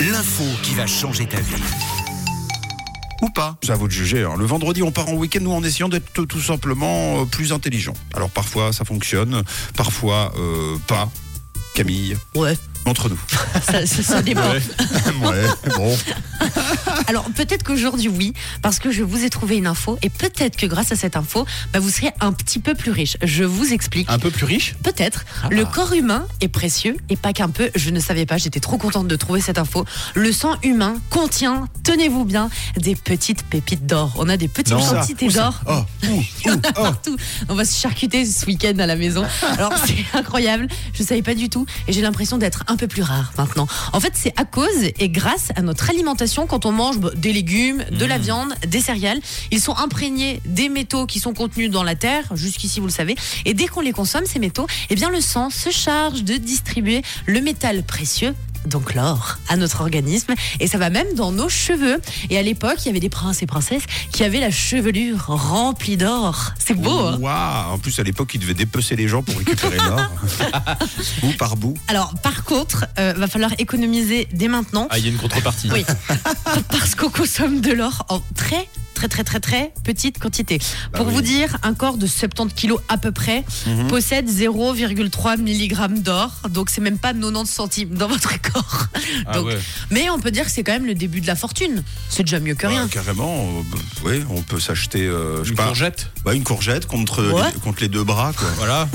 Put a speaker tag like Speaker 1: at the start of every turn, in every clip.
Speaker 1: l'info qui va changer ta vie. Ou pas.
Speaker 2: C'est à vous de juger. hein. Le vendredi, on part en week-end, nous, en essayant d'être tout, tout simplement euh, plus intelligent. Alors parfois, ça fonctionne, parfois euh, pas. Camille,
Speaker 3: Ouais,
Speaker 2: entre nous.
Speaker 3: ça, ça, ça
Speaker 4: Oh.
Speaker 3: dépend.
Speaker 2: ouais, bon.
Speaker 3: Alors peut-être qu'aujourd'hui oui, parce que je vous ai trouvé une info et peut-être que grâce à cette info, bah, vous serez un petit peu plus riche. Je vous
Speaker 2: Ah.
Speaker 3: explique.
Speaker 4: Un peu plus riche
Speaker 3: Peut-être. Le corps humain est précieux et pas qu'un peu. Je ne savais pas, j'étais trop contente de trouver cette info. Le sang humain contient, tenez-vous bien, des petites pépites d'or. On a des petites
Speaker 2: Non.
Speaker 3: quantités d'or.
Speaker 2: Oh, ouh,
Speaker 3: Il y en
Speaker 2: ouh,
Speaker 3: a
Speaker 2: oh.
Speaker 3: partout. On va se charcuter ce week-end à la maison. Alors c'est incroyable, je savais pas du tout et j'ai l'impression d'être un peu plus rare maintenant. En fait c'est à cause et grâce à notre alimentation quand on mange bah, des légumes, de la viande, des céréales, ils sont imprégnés des métaux qui sont contenus dans la terre, jusqu'ici vous le savez, et dès qu'on les consomme ces métaux, eh bien le sang se charge de distribuer le métal précieux donc l'or à notre organisme et ça va même dans nos cheveux. Et à l'époque, il y avait des princes et princesses qui avaient la chevelure remplie d'or. C'est beau. hein
Speaker 2: Ouah, En plus, à l'époque, ils devaient dépecer les gens pour récupérer l'or. bout par bout.
Speaker 3: Alors par contre, euh, va falloir économiser dès maintenant.
Speaker 4: Ah, il y a une contrepartie.
Speaker 3: Oui, parce qu'on consomme de l'or en très très très très très petite quantité.
Speaker 4: Bah
Speaker 3: Pour
Speaker 2: oui.
Speaker 3: vous dire, un corps de 70 kilos à peu près
Speaker 4: Mhm.
Speaker 3: possède 0,3 mg d'or, donc c'est même pas 90 centimes dans votre corps.
Speaker 4: Ah
Speaker 3: Donc,
Speaker 4: ouais.
Speaker 3: Mais on peut dire que c'est quand même le début de la fortune. C'est déjà mieux que rien.
Speaker 2: Bah, carrément, euh, bah, oui, on peut s'acheter euh, je sais
Speaker 4: Une
Speaker 2: pas,
Speaker 4: courgette
Speaker 2: ouais, une courgette contre,
Speaker 3: Ouais.
Speaker 2: les, contre les deux bras. Quoi.
Speaker 4: Voilà.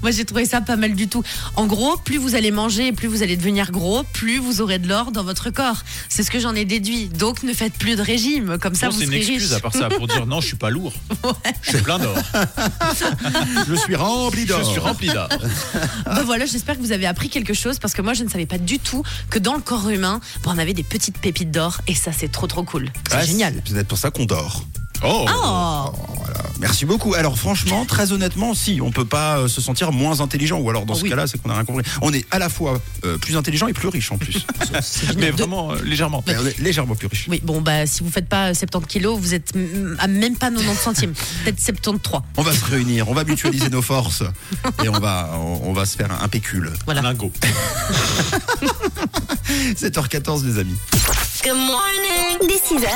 Speaker 3: Moi, j'ai trouvé ça pas mal du tout. En gros, plus vous allez manger et plus vous allez devenir gros, plus vous aurez de l'or dans votre corps. C'est ce que j'en ai déduit. Donc, ne faites plus de régime. Comme ça, vous
Speaker 4: Bon, Oh, c'est une
Speaker 3: serez
Speaker 4: excuse
Speaker 3: riche.
Speaker 4: à part ça pour dire non, je suis pas lourd. Je suis plein d'or.
Speaker 2: Je suis rempli
Speaker 4: Je suis rempli d'or.
Speaker 3: Ben voilà, j'espère que vous avez appris quelque chose parce que moi, je ne savais pas du tout que dans le corps humain, ben, on avait des petites pépites d'or. Et ça, c'est trop, trop cool. C'est
Speaker 2: Ouais,
Speaker 3: génial.
Speaker 2: C'est peut-être pour ça qu'on dort.
Speaker 4: Oh,
Speaker 3: Oh
Speaker 2: Merci beaucoup. Alors franchement, très honnêtement, si on peut pas euh, se sentir moins intelligent, ou alors dans
Speaker 3: Oh
Speaker 2: ce
Speaker 3: oui.
Speaker 2: cas-là, c'est qu'on a rien compris. On est à la fois euh, plus intelligent et plus riche en plus.
Speaker 4: Mais vraiment, euh, légèrement.
Speaker 2: Mais on est légèrement plus riche.
Speaker 3: oui, bon, bah, si vous faites pas 70 kilos, vous êtes mm, à même pas 90 centimes. Peut-être 73.
Speaker 2: On va se réunir, on va mutualiser nos forces et on va, on, on va se faire un, un pécule.
Speaker 3: Voilà.
Speaker 4: Lingot.
Speaker 2: 7h14 les amis.
Speaker 5: Dès 6h,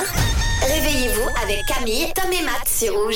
Speaker 5: réveillez-vous avec Camille, Tom et Matt sur Rouge.